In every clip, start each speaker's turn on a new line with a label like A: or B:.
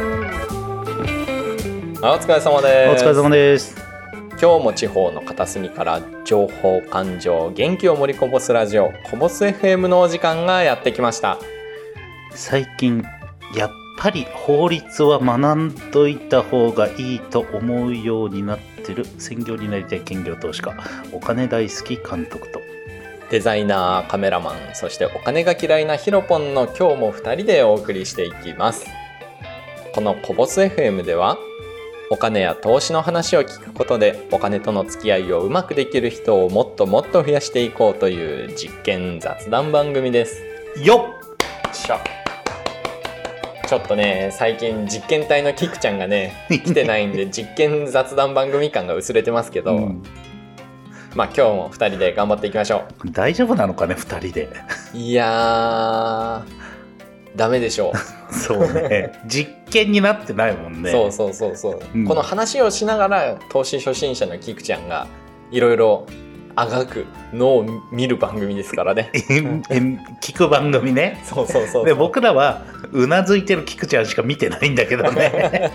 A: はい、お疲れ様で
B: お
A: す
B: 疲れ様です。
A: 今日も地方の片隅から情報感情元気を盛りこぼすラジオこぼす FM のお時間がやってきました
B: 最近、やっぱり法律は学んどいた方がいいと思うようになってる専業になりたい兼業投資家、お金大好き監督と。
A: デザイナーカメラマンそしてお金が嫌いなヒロポンの今日も2人でお送りしていきますこのこぼす FM ではお金や投資の話を聞くことでお金との付き合いをうまくできる人をもっともっと増やしていこうという実験雑談番組です
B: よっ
A: ちょちょっとね最近実験隊のキクちゃんが ね来てないんで実験雑談番組感が薄れてますけど、
B: うん
A: まあ今日も2人で頑張っていきましょ
B: 大丈夫なのかね、二人で。
A: ういやーダメでしょ
B: そうね。実験になってないもん
A: う、
B: ね。
A: そうそうそうそう、
B: うん
A: この話をしながら投資初心者のキクちゃんがいろいろあがくのを見る番組ですから ね
B: えんえん聞く番組ね。
A: そうそうそう
B: で、僕らは、うなずいてる菊ちゃんしか見てないんだけどね。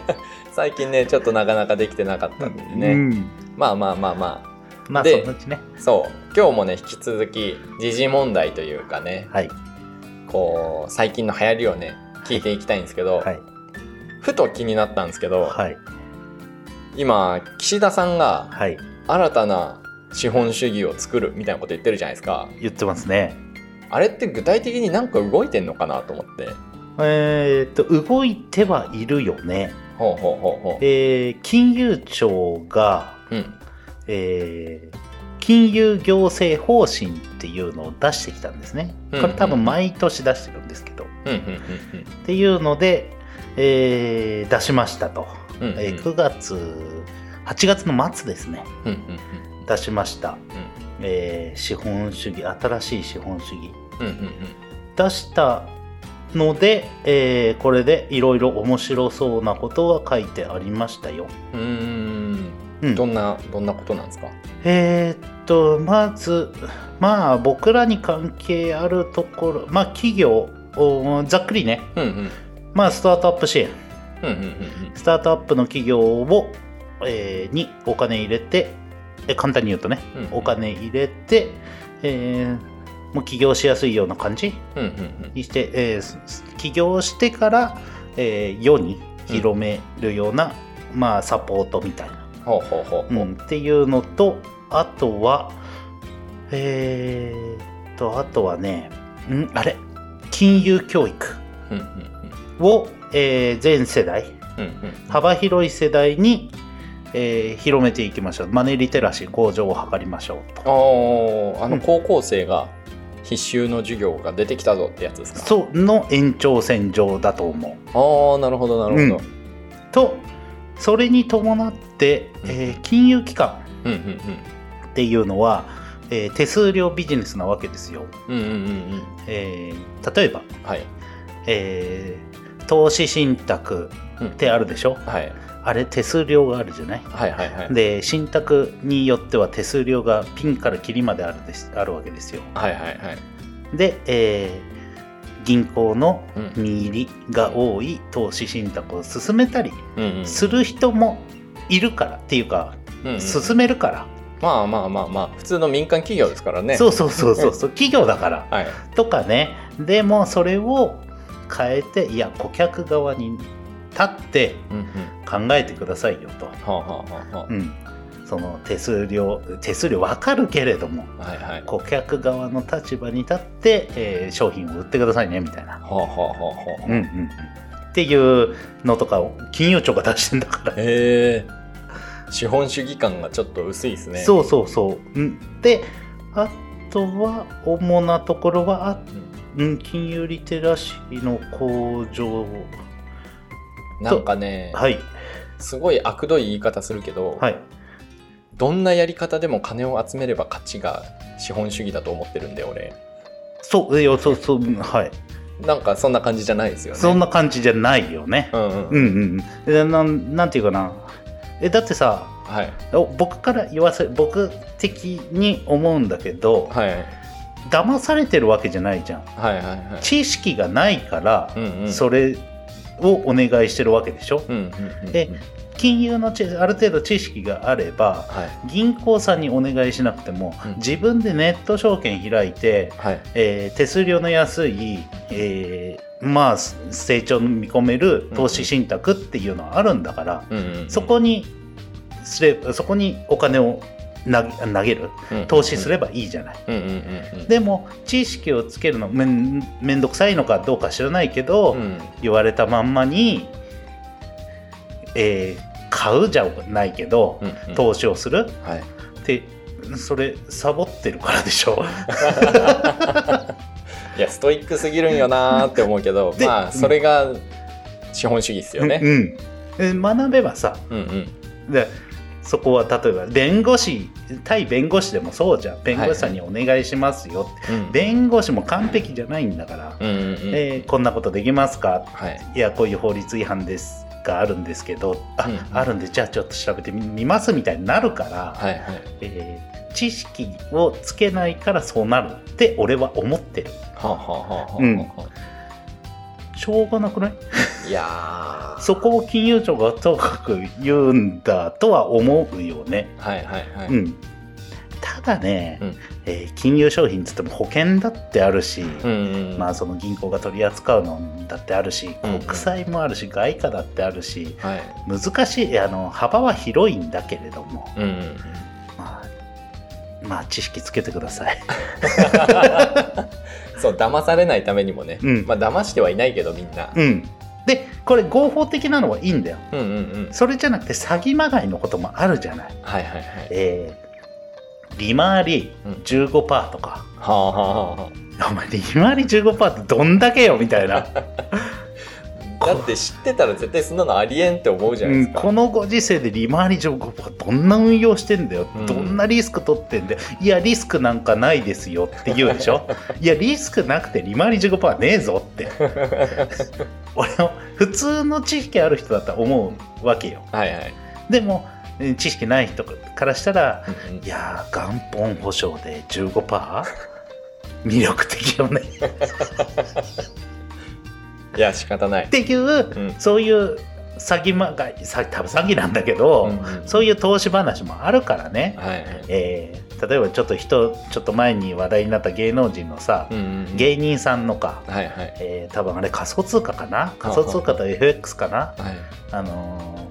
A: 最近ねちょっとなかなかできてなかったんで ね、
B: うん。
A: まあまあまあまあ
B: まあ、
A: で
B: そのうちね。
A: そう今日もね引き続き時事問題というかね
B: はい。
A: こう最近の流行りをね聞いていきたいんですけど、
B: はい。
A: ふと気になったんですけど、
B: はい。
A: 今岸田さんが
B: はい。
A: 新たな資本主義を作るみたいなこと言ってるじゃないですか
B: 言ってますね。
A: あれって具体的になんか動いてんのかなと思って
B: えーっと動いてはいるよね、
A: ほうほうほうほ
B: えー金融庁が、
A: ううん
B: えー金融行政方針っていうのを出してきたんですね
A: うん
B: これ多分毎年出してるんですけど、っ
A: うん
B: ていうので、えー出しましたと、
A: うんうんうんうん
B: えー9月8月の末ですね
A: うんうん
B: 出しました、えー資本主義新しい資本主義
A: うんうんうん
B: 出したので、えーこれでいろいろ面白そうなことが書いてありましたよ。
A: うんうんう
B: う
A: ーんど
B: ん、
A: んなどんなことなんですか
B: えーっとまずまあ僕らに関係あるところまあ企業おざっくりね
A: うんうん
B: まあスタートアップ支援
A: うんうん
B: スタートアップの企業を、えーにお金入れてえ簡単に言うとね
A: うんうん
B: お金入れて、えーもう起業しやすいような感じ
A: うんうんうん
B: にして、えーすす起業してから、えー世に広めるような、まあ、サポートみたいな、
A: ほうほうほう
B: う、
A: ほうん
B: っていうのとあとはえーっとあとはねんあれ金融教育
A: うんうん
B: を、えー全世代
A: うんうんうん
B: 幅広い世代に、えー広めていきましょうマネーリテラシー向上を図りましょうと
A: あああ
B: う
A: の
B: ん
A: 高校生が必修の授業が出てきたぞってやつですか、
B: その延長線上だと思う
A: ああなるほどなるほど、
B: とそれに伴って、えー金融機関
A: うん、うん
B: っていうのは、えー手数料ビジネスなわけですよ。
A: うんうんうんうんうん
B: えー例えば、
A: はい
B: えー投資信託ってあるでしょ
A: はい
B: あれ手数料があるじゃない
A: はいはいはい
B: で信託によっては手数料がピンからキリまであるですあるわけですよ。
A: はいはいはい
B: で、えー銀行の
A: うん
B: 見入りが多い投資信託を進めたり
A: うんうん
B: する人もいるからっていうか
A: うんうん
B: 進めるから、
A: まあまあまあまあ普通の民間企業ですからね
B: そうそうそうそうそう企業だから
A: はい
B: とかねでもそれを変えていや顧客側に立って
A: うんうん
B: 考えてくださいよと、
A: はあはあはあは
B: うん、その手数料手数料わかるけれども
A: あはいはいは
B: 顧客側の立場に立って、えー商品を売ってくださいねみたいな、
A: あはあはあは
B: うんうんうん、っていうのとかを金融庁が出してんだから
A: あへえ資本主義感がちょっと薄いですね
B: そうそうそう。うんであとは主なところはあ、うん、金融リテラシーの向上
A: なんかね
B: はい
A: すごい悪どい言い方するけど
B: はい
A: どんなやり方でも金を集めれば勝ちが資本主義だと思ってるんで俺
B: そういやそうそううんはい、
A: なんかそんな感じじゃないですよね
B: そんな感じじゃないよね。
A: うんうん、
B: うんうんうんえなんなんていうかなえだってさ
A: はい
B: お僕から言わせ僕的に思うんだけど
A: はい
B: 騙されてるわけじゃないじゃん
A: はいはいはい
B: 知識がないから、
A: うんうん
B: それをお願いしてるわけでしょ
A: うんうんうんうん
B: で金融の知ある程度知識があれば
A: はい
B: 銀行さんにお願いしなくても、
A: うん
B: 自分でネット証券開いて、
A: はい
B: えー手数料の安い、えーまあす成長の見込める投資信託っていうのはあるんだから、
A: うんうんうん
B: そこにすれそこにお金を投げ投げる投資すればいいじゃない、
A: うんうんうんうんうん
B: でも知識をつけるのめんめんどくさいのかどうか知らないけど、
A: うん
B: 言われたまんまに、えー買うじゃないけど、
A: うんうん
B: 投資をする
A: はい
B: ってそれサボってるからでしょ
A: いやストイックすぎるんよなーって思うけど
B: で
A: まあそれが資本主義っすよね
B: うんで学べばさ
A: うんうん
B: でそこは例えば弁護士対弁護士でもそうじゃん弁護士さんにお願いしますよって、
A: うん
B: 弁護士も完璧じゃないんだから、
A: うんうんうん
B: えーこんなことできますか
A: はい
B: いやこういう法律違反ですがあるんですけどあ、
A: うん
B: あるんでじゃあちょっと調べてみ見ますみたいになるから、
A: はいはい
B: えー知識をつけないからそうなるって俺は思ってる
A: はあはあはあはあはあ
B: うんしょうがなくない
A: いやー
B: そこを金融庁がとかく言うんだとは思うよね
A: はいはいはい、
B: うんただね、
A: うん
B: えー金融商品っつっても保険だってあるし、
A: うんうん
B: まあその銀行が取り扱うのだってあるし
A: うん
B: 国債もあるし外貨だってあるし
A: はい
B: 難しいあの幅は広いんだけれども、
A: うんうんうん
B: まあ、まあ知識つけてくだ さい
A: そう騙されないためにもね、
B: うん
A: まあ騙してはいないけどみんな、
B: うんでこれ合法的なのはいいんだよ
A: うん、うんうん
B: それじゃなくて詐欺まがいのこともあるじゃない。
A: はいはいはい
B: えー利回り
A: うん
B: 15%とか、
A: はあはあは
B: お前利回り15%ってどんだけよみたいな、
A: あだって知ってたら絶対そんなのありえんって思うじゃな
B: う
A: いで
B: ん
A: すか、
B: このご時世で利回り15%どんな運用してんだよ、
A: うん
B: どんなリスク取ってんだよいやリスクなんかないですよって言うでし ょいやリスクなくて利回り15%はねえぞって俺の普通の知識ある人だったら思うわけよ
A: はいはい、
B: でもえー知識ない人からしたら
A: うんうん
B: いやー元本保証で 15%? 魅力的よねっ
A: いや仕方ない、
B: ていう、
A: ん
B: そういう詐欺まがい詐多分詐欺なんだけど、そう
A: い
B: いう投資話もあるから
A: う
B: ね
A: ん、はいはい
B: えー例えばちょっと人ちょっと前に話題になった芸能人のさ、
A: うんうんうん
B: 芸人さんのか、
A: はいはい
B: えー多分あれ仮想通貨かな仮想通貨と FX かな
A: はい
B: あの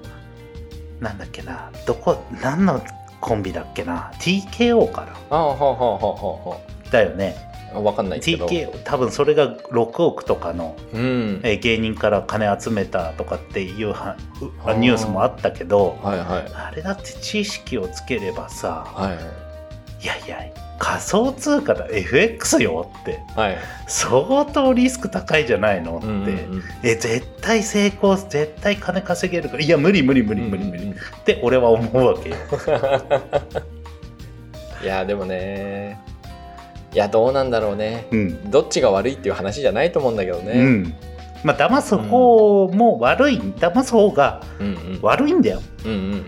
B: ーなんだっけなどこ何のコンビだっけな TKO かな
A: ああはあはあはあは
B: だよね
A: あわかんないけど
B: TK 多分それが6億とかの、
A: うん
B: えー芸人から金集めたとかっていうはう
A: あー
B: ニュースもあったけど
A: はいはい
B: あれだって知識をつければさ
A: はい
B: いやいや仮想通貨だ FX よって
A: はい
B: 相当リスク高いじゃないのって、
A: うんうんうん
B: え絶対成功絶対金稼げるからいや無理無理無理無理無理、
A: うんうんうん
B: って俺は思うわけよ
A: いやでもねいやどうなんだろうね
B: うん、
A: どっちが悪いっていう話じゃないと思うんだけど
B: う
A: ね、
B: んまあ騙す方も悪い騙す方が
A: うん、うん
B: 悪いんだよ
A: うんうん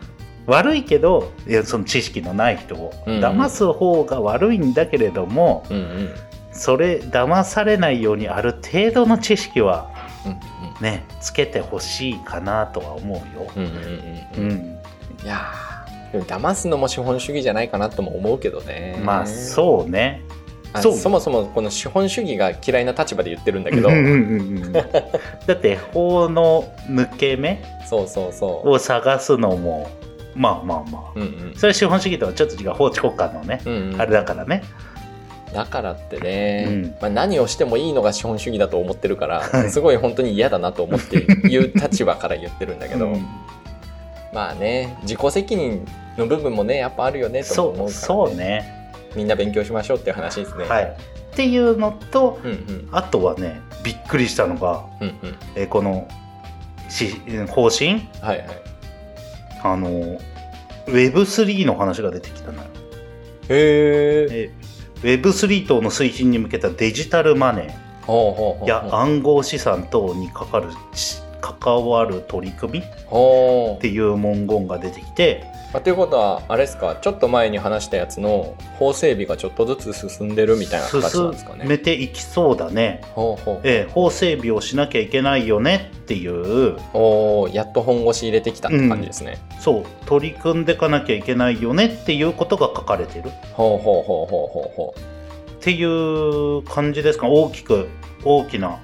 B: 悪いけどいやその知識のない人を
A: うんうん
B: 騙す方が悪いんだけれども、
A: うんうんうん
B: それ騙されないようにある程度の知識はねつけてほしいかなとは思うよ。
A: うんうんうん
B: う
A: うんうん
B: ん、
A: いやーでも騙すのも資本主義じゃないかなとも思うけどね
B: まあそうね。
A: あ
B: そう
A: そもそもこの資本主義が嫌いな立場で言ってるんだけど
B: うんうんうんうん だって法の抜け目
A: そうそうそ
B: を探すのもまあまあま
A: う、うん
B: あそれは資本主義とはちょっと違う法治国家のね、
A: うんうんうん
B: あれだからね。
A: だからってね、
B: うん
A: まあ、何をしてもいいのが資本主義だと思ってる からすごい本当に嫌だなと思っていう立場から言ってるんだけど、
B: うん
A: まあね自己責任の部分もねやっぱあるよねとも思
B: そうう
A: から、
B: そ
A: ね
B: うね。
A: みんな勉強しましょうっていう話ですね。
B: はい、っていうのと
A: うんうん
B: あとはねびっくりしたのが、
A: うんうん
B: えーこのし方針
A: はいはい、
B: あの Web3 の話が出てきたの
A: へ
B: よ、
A: え。
B: えー Web3 等の推進に向けたデジタルマネ
A: ほうほうほ
B: ー
A: う
B: や
A: あ
B: 暗号資産等にかかるし関わる取り組みっ
A: ほう
B: ていう文言が出てきて
A: あということはあれですかちょっと前に話したやつの法整備がちょっとずつ進んでるみたいな形なんですか
B: 進め
A: ね。
B: ていきそうだね、
A: ほうほう
B: ええ法整備をしなきゃいけないよねっていう
A: おーやっと本腰入れてきたって感じですね。
B: そう取り組んでかなきゃいけないよねっていうことが書かれてるっ
A: ほうほうほうほうほうほう。
B: ていう感じですか大きく大きな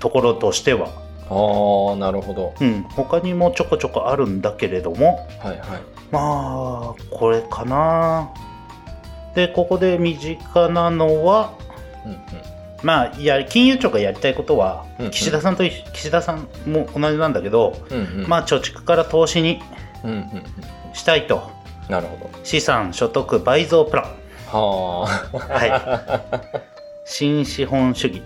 B: ところとしては、
A: ああなるほど
B: うん、他にもちょこちょこあるんだけれども
A: はいはい
B: まあこれかなでここで身近なのは
A: うんうん
B: まあ、いや金融庁がやりたいことは、
A: うんうん
B: 岸田さんと一緒岸田さんも同じなんだけど、
A: うんうん
B: まあ、貯蓄から投資に
A: うんうんうん
B: したいと
A: なるほ
B: 資産所得倍増プラン、
A: どはあ
B: はい、 新資本主義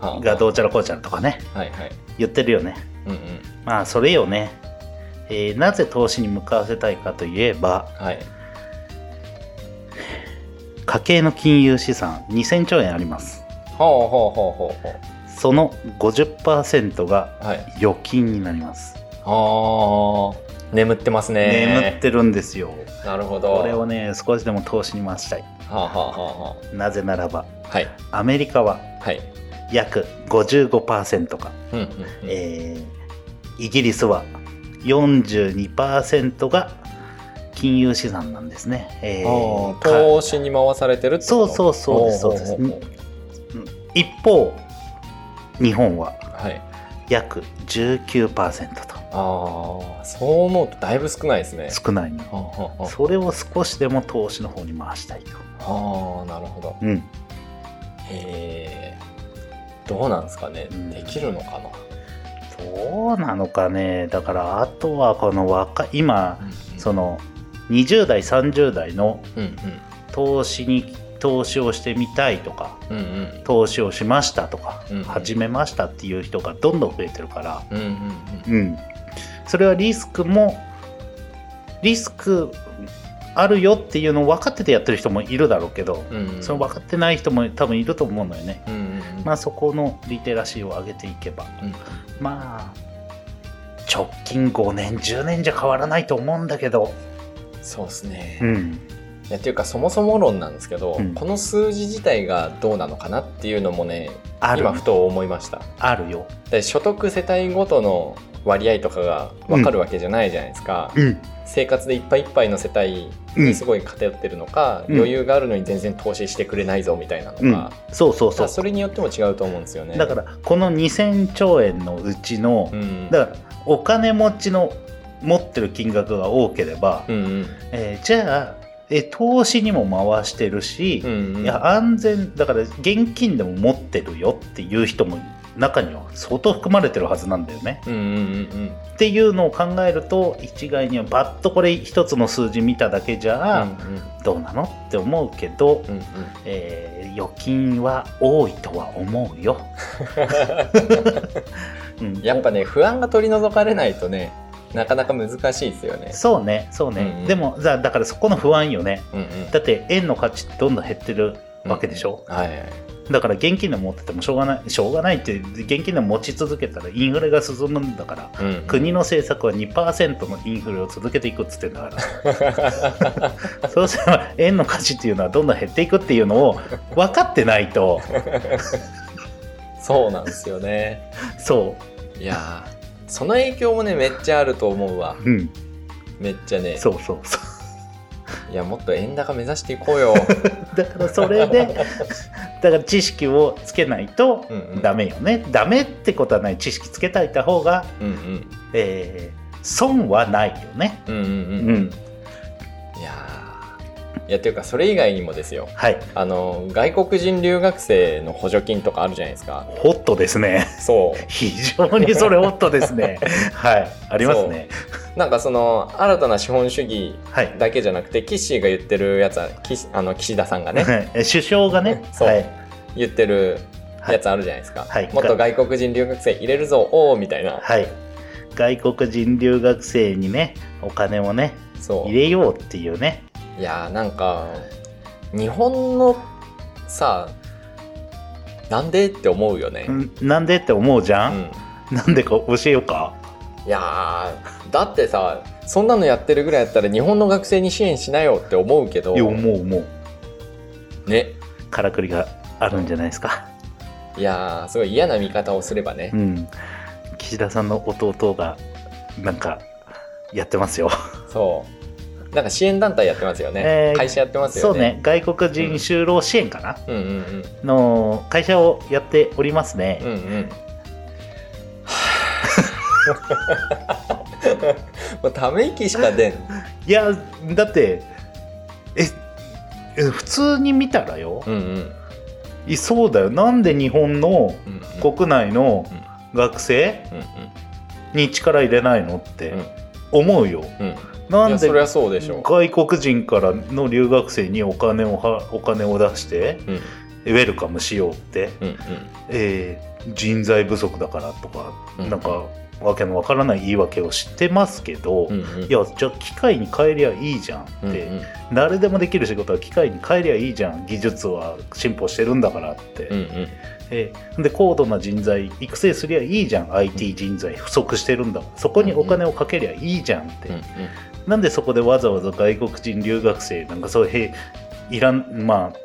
A: はあ
B: がどうちゃらこうちゃらとかね
A: はいはい
B: 言ってるよね
A: うんうん
B: まあそれよね、えーなぜ投資に向かわせたいかといえば
A: はい
B: 家計の金融資産2000兆円あります
A: ほうほうほうほうほ
B: その50%が
A: うはい
B: 預金になります、
A: ああ眠ってますね
B: 眠ってるんですよ
A: なるほど
B: これをね少しでも投資に回したい
A: はあはあは
B: なぜならば
A: あはあはい
B: アメリカは
A: はい
B: 約55%か、
A: うんうんうん
B: えーイギリスは42%が金融資産なんですね。えー
A: あー
B: か
A: 投資に回されてるってこと
B: そうそうそうです
A: ほほ
B: そう
A: ほ
B: で一方日本は
A: はい
B: 約19%と
A: ああそう思うとだいぶ少ないですね
B: 少ないの
A: はあはあは
B: それを少しでも投資の方に回したいと。
A: あはあなるほど
B: うん、
A: えー、どうなんですかね、
B: うん
A: できるのかな、
B: どうなのかねだからあとはこの若い今そ
A: の
B: の20代30代の
A: うん
B: 投資に投資をしてみたいとか
A: うんうんうん
B: 投資をしましたとか、
A: うん
B: 始めましたっていう人がどんどん増えてるから、
A: うんうんうん
B: うん、それはリスクもリスクあるよっていうのを分かっててやってる人もいるだろうけど、
A: うんうん
B: その分かってない人も多分いると思うのよね。
A: うんうんうん
B: まあそこのリテラシーを上げていけば、
A: うん
B: まあ直近5年10年じゃ変わらないと思うんだけど、
A: そうです
B: う
A: ね、
B: ん、
A: いやっていうかそもそも論なんですけど、
B: うん
A: この数字自体がどうなのかなっていうのもね
B: ある
A: 今ふと思いました
B: あるよ。
A: で所得世帯ごとの割合とかが分かるわけじゃないじゃないですか、
B: うん
A: 生活でいっぱいいっぱいの世帯にすごい偏ってるのか、
B: うん
A: 余裕があるのに全然投資してくれないぞみたいなの
B: うん
A: が、
B: そうそうそ
A: そうそれによっても違うと思うんですよね
B: だからこの2000兆円のうちの、
A: うん、
B: だからお金持ちの持ってる金額が多ければ、
A: うんうん
B: えーじゃあ、えー投資にも回してるし、
A: うんうん
B: いや安全だから現金でも持ってるよっていう人も中には相当含まれてるはずなんだよね。
A: うんうんうん
B: っていうのを考えると一概にはバッとこれ一つの数字見ただけじ
A: うん
B: ゃ、
A: うん
B: どうなのって思うけど、
A: うんうん
B: えー預金は多いとは思 うよ。うん
A: やっぱね不安が取り除かれないとねなかなか難しいですよね。
B: そうねそうね、
A: うんうん
B: でもだだからそこの不安よね
A: うんうん
B: だって円の価値ってどんどん減ってるわけでしょ、
A: はいはい
B: だから現金で持っててもしょうがないしょうがないって現金で持ち続けたらインフレが進むんだから
A: うんうん
B: 国の政策は2%のインフレを続けていくっつってんだから そうすれば円の価値っていうのはどんどん減っていくっていうのを分かってないと
A: そうなんですよね。
B: そ
A: いやーその影響もねめっちゃあると思うわ
B: ううん
A: めっちゃね
B: そうそうそう
A: いやもっと円高目指していこ うよ。
B: だからそれで だから知識をつけないと
A: うんうん
B: ダメよね、ダメってことはない知識つけといた方が、
A: うんうん
B: えー損はないよね
A: うんうんうん、
B: うん
A: いやーいやというかそれ以外にもですよ
B: はい
A: あの外国人留学生の補助金とかあるじゃないですか。
B: ホットですね
A: そう
B: 非常にそれホットですねはいありますね
A: なんかその新たな資本主義
B: はい
A: だけじゃなくてキッシーが言ってるやつはキあの岸田さんがね
B: ね首相がね
A: そう
B: はい
A: 言ってる
B: はい
A: やつあるじゃないですか、
B: はい
A: もっと外国人留学生入れるぞおーみたいな
B: はい外国人留学生にねお金をね
A: そう
B: 入
A: い
B: れようっていうね
A: やーなんか日本のさなんでって思うよね、
B: んなんでって思うじゃ、
A: うんん
B: なんでか教えようか
A: いやーだってさそんなのやってるぐらいやったら日本の学生に支援しなよって思うけど
B: いや思う思う
A: ね
B: からくりがあるんじゃないですか
A: いやーすごい嫌な見方をすればね
B: うん岸田さんの弟がなんかやってますよ
A: そうなんか支援団体やってますよね、
B: えー
A: 会社やってます
B: そ
A: よ
B: う
A: ね
B: ね外国人就労支援かな、
A: そうねうんうん
B: の会社をやっておりますね、
A: うんうんうん もうため息しか出ん
B: いやだってええ普通に見たらよ、
A: うんうん
B: いそうだよなんで日本の
A: うんうん
B: 国内の学生
A: うん
B: に力入れないのって
A: うん
B: 思うよ、
A: うんうん
B: ない
A: や
B: んで
A: そりゃそうでしょ
B: 外国人からの留学生にお金をはお金を出して
A: ううん
B: ウェルカムしようって、
A: うんうん
B: えー人材不足だからとか、
A: うん
B: なんかわけのわからない言い訳を知ってますけど、
A: うんうん
B: いやじゃあ機械に変えりゃいいじゃんって、
A: うんうん
B: 誰でもできる仕事は機械に変えりゃいいじゃん技術は進歩してるんだからって、
A: うんうん
B: えーで高度な人材育成すりゃいいじゃん IT 人材不足してるんだそこにお金をかけりゃいいじゃんって、
A: うん
B: なんでそこでわざわざ外国人留学生なんかそういうへいいらんまあ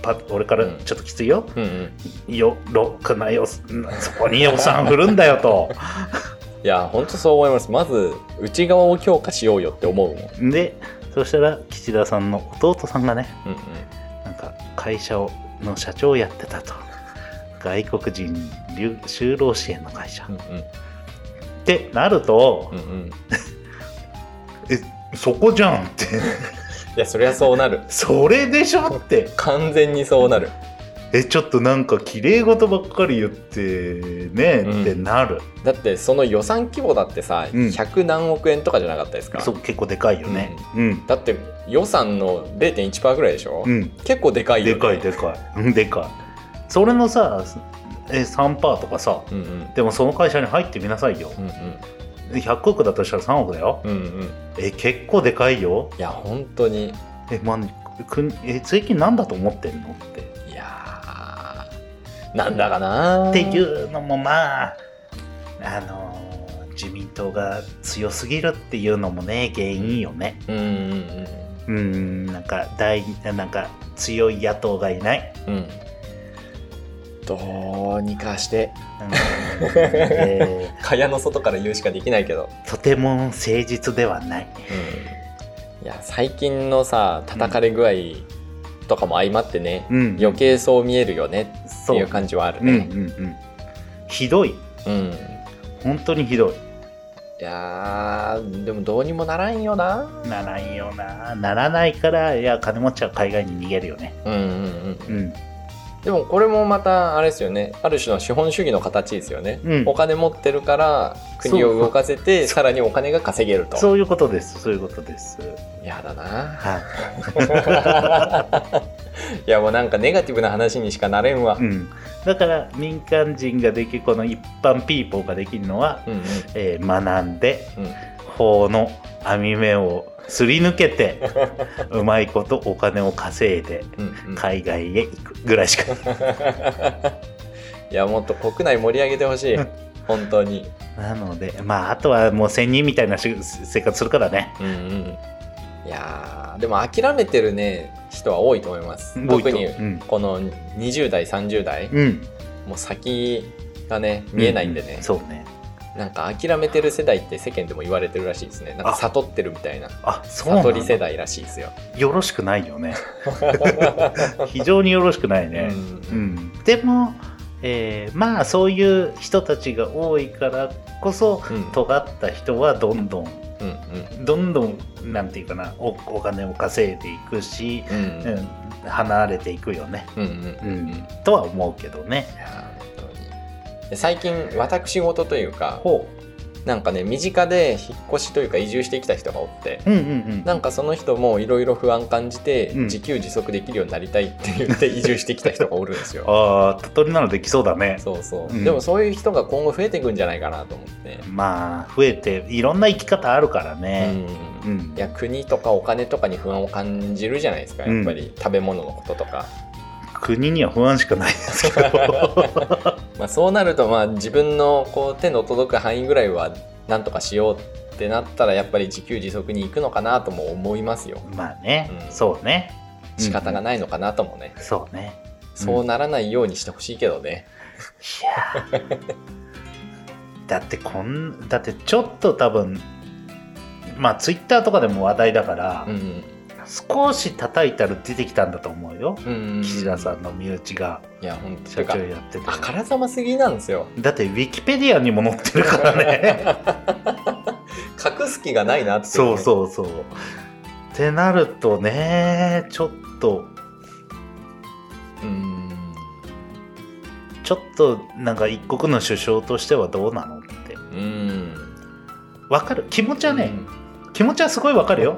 B: パ俺からちょっときついよ、
A: うんうん
B: よろくなよそこに予算振るんだよ と
A: いや本当そう思いますまず内側を強化しようよって思うもん、うん
B: でそしたら岸田さんの弟さんがね
A: うん、
B: なんか会社をの社長をやってたと外国人留就労支援の会社、
A: うん
B: ってなると、
A: うんうんうんい
B: えそこじゃんって
A: やそりゃそうなる
B: それでしょって
A: 完全にそうなる
B: えちょっとなんか綺麗事ばっかり言ってね、
A: うん
B: ってなる
A: だってその予算規模だってさ、
B: うん
A: 100何億円とかじゃなかったですか
B: そう結構でかいよねうん
A: だって予算の0.1%ぐらいでしょ、
B: うん、
A: 結構でかいよ、ね、
B: でかいでかいうんでかいそれのさえ3パーとかさ
A: うんうん
B: でもその会社に入ってみなさいよ
A: うん
B: 100億だとしたら3億だよ
A: うんうんうんい
B: え結構でかいよ
A: や本当に
B: えまくんえ税金なんだと思ってんのって
A: いやーなんだかなー
B: っていうのもまああの自民党が強すぎるっていうのもね原因よね
A: うんうん
B: うんなんか大なんか強い野党がいない
A: うんうんどうにかして
B: うんえ
A: 蚊帳の外から言うしかできないけど、
B: ーとても誠実ではない
A: いや最近のさ叩かれ具合とかも相まってね、
B: うん
A: 余計そう見えるよねって
B: そ
A: いうう感じはある
B: うんうん
A: ね
B: うんひどい
A: うん、
B: 本当にひどい
A: いやーでもどうにもならんよな
B: ならんよなならないからいや金持ちは海外に逃げるよね
A: うんうんう
B: うんん
A: でもこれもまたあれですよねある種の資本主義の形ですよね、
B: うん
A: お金持ってるから国を動かせてさらにお金が稼げると
B: そういうことですそういうことです
A: やだな
B: はい
A: いやもうなんかネガティブな話にしかなれんわ、
B: うん、だから民間人ができるこの一般ピーポーができるのは、
A: うんうん
B: えー学んで
A: うん
B: 法の網目をすり抜けて うまいことお金を稼いで
A: うんうん
B: 海外へ行くぐらい しか
A: いやもっと国内盛り上げてほしい本当に
B: なのでまああとはもう仙人みたいなし生活するからね
A: うんうんいやーでも諦めてるね人は多いと思います特に
B: うん、
A: この20代30代、
B: うん、
A: もう先がね見えないんでね
B: う、そうね
A: なんか諦めてる世代って世間でも言われてるらしいですねなんか悟ってるみたいな
B: あそうな
A: 悟り
B: ん
A: 世
B: だ
A: 代らしいですよ、
B: よろしくないよね非常によろしくない ね、
A: う
B: うんん、でも、えーまあそういう人たちが多いからこそ、
A: うん
B: 尖った人はどんどん
A: うん
B: どんどんなんていうかなおお金を稼いでいくし、
A: うんうん
B: うん、離れていくよね、
A: うんうん
B: う
A: うんうんい
B: ん、とは思うけどね。
A: やー本当にで最近私事というか
B: ほ
A: なんかね身近で引っ越しというか移住してきた人がおって
B: ううんうん
A: なんかその人もいろいろ不安感じて
B: うん
A: 自給自足できるようになりたいって言って移住してきた人がおるんです よ
B: ああ鳥取ならできそうだね。
A: そうそう、
B: うん
A: でもそういう人が今後増えていくんじゃないかなと思って、
B: まあ増えていろんな生き方あるからね。
A: うん
B: うん
A: いや国とかお金とかに不安を感じるじゃないですかやっぱり、食べ物のこととか、
B: 国には不安しかないです けど
A: まあ、そうなるとまあ自分のこう手の届く範囲ぐらいはなんとかしようっってなったらやっぱり自給自足に行くのかなとも思いますよ
B: まあね、
A: うん
B: そうね
A: 仕方が
B: い、
A: ないのかなともね、
B: うんそうね
A: そうならないようにしてほしいけどね
B: いや ーだってこんだってちょっと多分まあツイッターとかでも話題だから、
A: うん
B: 少し叩いたら出てきたんだと思うよ、
A: うん、うん、
B: 岸田さ
A: ん
B: んの身内が
A: いや本当
B: 社
A: てか
B: 長やってて
A: あからさますぎなんですよ
B: だってウィキペディアにも載ってるからね
A: 隠す気がないなってい
B: そう
A: う
B: そうそうってなるとねちょっと
A: ねうん
B: ちょっとなんか一国の首相としてはどうなのって
A: うん
B: わかる気持ちはね
A: う、ん
B: 気持ちはすごいわか るよ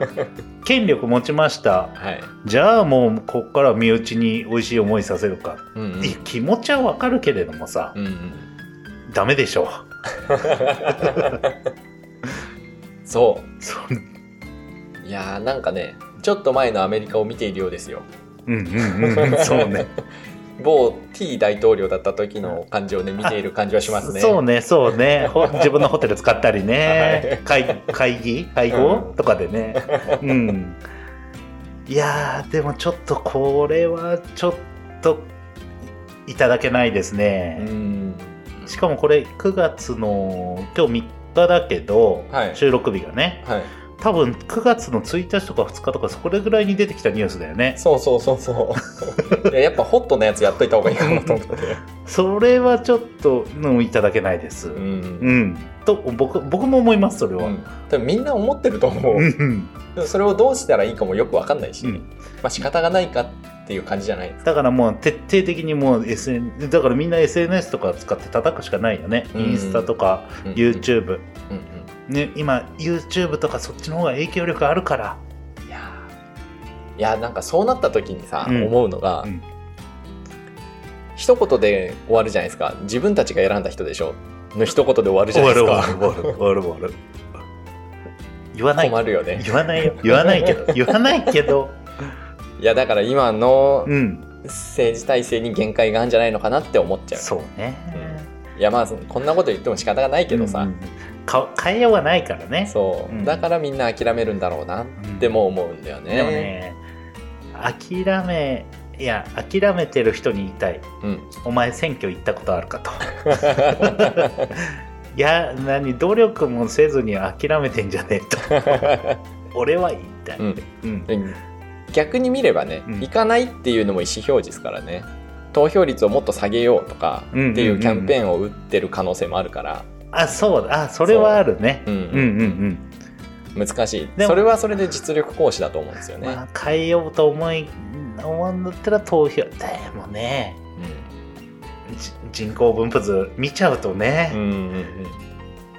B: 権力持ちました
A: はい、
B: じゃあもうこっから身内に美味しい思いさせるか、
A: うんうん
B: いや気持ちはわかるけれどもさ、
A: うんうん、
B: ダメでしょ
A: そ
B: そう
A: ういやーなんかねちょっと前のアメリカを見ているようですよ
B: うんうんうんうんそうね
A: 某 T 大統領だった時の感じをね見ている感じはしますね
B: そうねそ うねほ自分のホテル使ったりね、会会議会合、
A: うん
B: とか でねうんいやーでもちょっとこれはちょっといただけないですね、
A: うん
B: しかもこれ9月の今日3日だけど、
A: はい
B: 収録日がね
A: はい
B: 多分9月の1日とか2日とかそこれぐらいに出てきたニュースだよね
A: そうそうそうそうい ややっぱホットなやつやっといた方がいいかなと思って
B: それはちょっと、うん、いただけないです
A: う
B: うん、
A: ん、
B: と僕僕も思いますそれ
A: う
B: は、
A: ん、多分みんな思ってると思う、
B: うんうん
A: でもそれをどうしたらいいかもよくわかんないし、
B: うん
A: まあ仕方がないかっていう感じじゃないですか
B: だからもう徹底的にもう SN だからみんな SNS とか使って叩くしかないよね、
A: うん
B: インスタとか
A: うん
B: YouTube、
A: うん
B: ね、今 YouTube とかそっちの方が影響力あるから
A: うんいやーいやーなんかそうなった時にさ、
B: うん
A: 思うのが、
B: うん
A: 一言で終わるじゃないですか自分たちが選んだ人でしょの一言で終わるじゃ
B: 終
A: な
B: わ
A: いです
B: る終わ
A: か
B: る終わる終わる終わる言わない
A: 困るよね
B: 言わないよ言わない けど言わないけど
A: いやだから今の
B: うん
A: 政治体制に限界があるんじゃないのかなって思っちゃう
B: そうね、
A: いやまあそのこんなこと言っても仕方がないけどさ、
B: うんか変えようがないからね
A: そう、
B: うん
A: だからみんな諦めるんだろうなっても思うんだよね。
B: でもね諦めいや諦めてる人に言いたい
A: うん、
B: お前選挙行ったことあるかと いや何努力もせずに諦めてんじゃねえと俺は言いたい、
A: うん
B: うん
A: 逆に見ればね、
B: うん
A: 行かないっていうのも意思表示ですからね投票率をもっと下げようとかって
B: うんうんうん
A: いうキャンペーンを打ってる可能性もあるから、
B: あそうだあそれはあるね
A: うん
B: うんうんうん、
A: 難しい
B: でも
A: それはそれで実力行使だと思うんですよね。
B: まあ、変えようと思い思うんだったら投票でもねじ人口分布図見ちゃうと
A: うんう
B: ね、
A: ん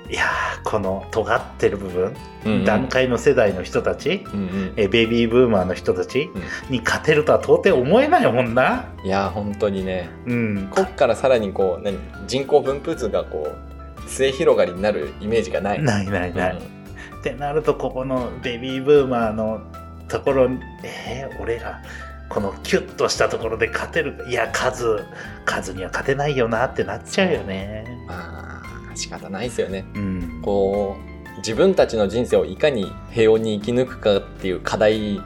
B: いやーこの尖ってる部分、
A: うんうん
B: 段階の世代の人たち、
A: うんうん
B: えベビーブーマーの人たちに勝てるとは到底思えないもんな。
A: いや本当にね
B: うん、
A: こっからさらにこう何人口分布図がこう末広がりになるイメージがない。
B: ないないない。
A: うん
B: ってなるとここのベビーブーマーのところにえー、俺らこのキュッとしたところで勝てるいや数数には勝てないよなってなっちゃうよね。
A: まあ仕方ないですよね。
B: うん、
A: こう自分たちの人生をいかに平穏に生き抜くかっていう課題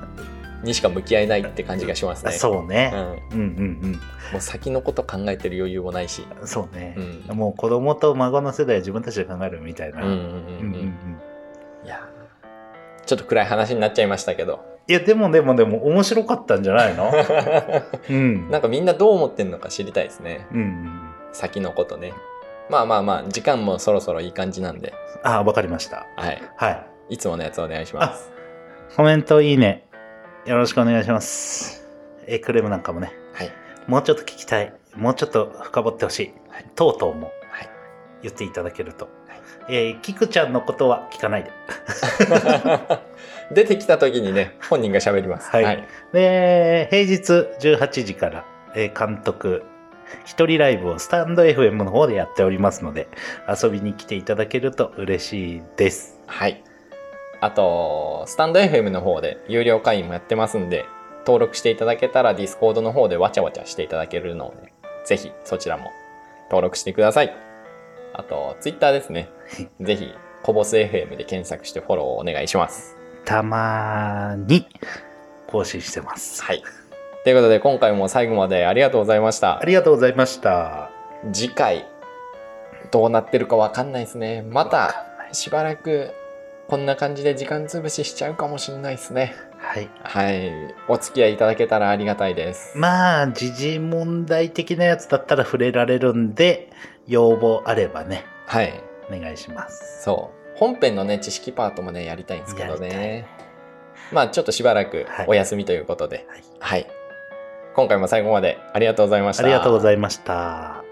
A: にしか向き合えないって感じがしますね。
B: そう
A: う
B: ね、
A: ん、
B: うん、うん
A: もう先のこと考えてる余裕もないし。
B: うんそうね
A: う、ん、
B: もう子供と孫の世代は自分たちで考えるみたいな。
A: うんうん
B: うん
A: う
B: うんん
A: う。
B: うんん
A: いやちょっと暗い話になっちゃいましたけど
B: いやでもでもでも面白かったんじゃないの、うん、
A: なんかみんなどう思ってんのか知りたいですね
B: うんうん、
A: 先のことねまあまあまあ時間もそろそろいい感じなんで、
B: あわかりました
A: はい、
B: はい
A: いつものやつお願いします
B: コメントいいねよろしくお願いしますえクレームなんかもね
A: はい
B: もうちょっと聞きたいもうちょっと深掘ってほしい、
A: はい
B: とうとうも
A: はい
B: 言っていただけると、えーキクちゃんのことは聞かないで
A: 出てきた時にね本人が喋ります
B: はいで平日18時から、えー監督一人ライブをスタンド FM の方でやっておりますので遊びに来ていただけると嬉しいです
A: はい。あと、スタンド FM の方で有料会員もやってますんで、登録していただけたら Discord の方でわちゃわちゃしていただけるので、ぜひそちらも登録してください。あと、Twitter ですね
B: い。
A: ぜひ、こぼす FM で検索してフォローをお願いします。
B: たまーに更新してます。
A: はい。ということで、今回も最後までありがとうございました
B: あ。りがとうございました。
A: 次回、どうなってるかわかんないですね。ま
B: わ
A: た、
B: かんない
A: しばらく、こんな感じで時間潰ししちゃうかもしれないですね。
B: はい。
A: はい。お付き合いいただけたらありがたいです。
B: まあ、時事問題的なやつだったら触れられるんで、要望あればね、
A: はい。
B: お願いします。
A: そう。本編のね、知識パートもね、やりたいんですけど
B: やりたい
A: ね。まあ、ちょっとしばらく
B: はい
A: お休みということで。
B: はい
A: はい。今回も最後までありがとうございました。
B: ありがとうございました。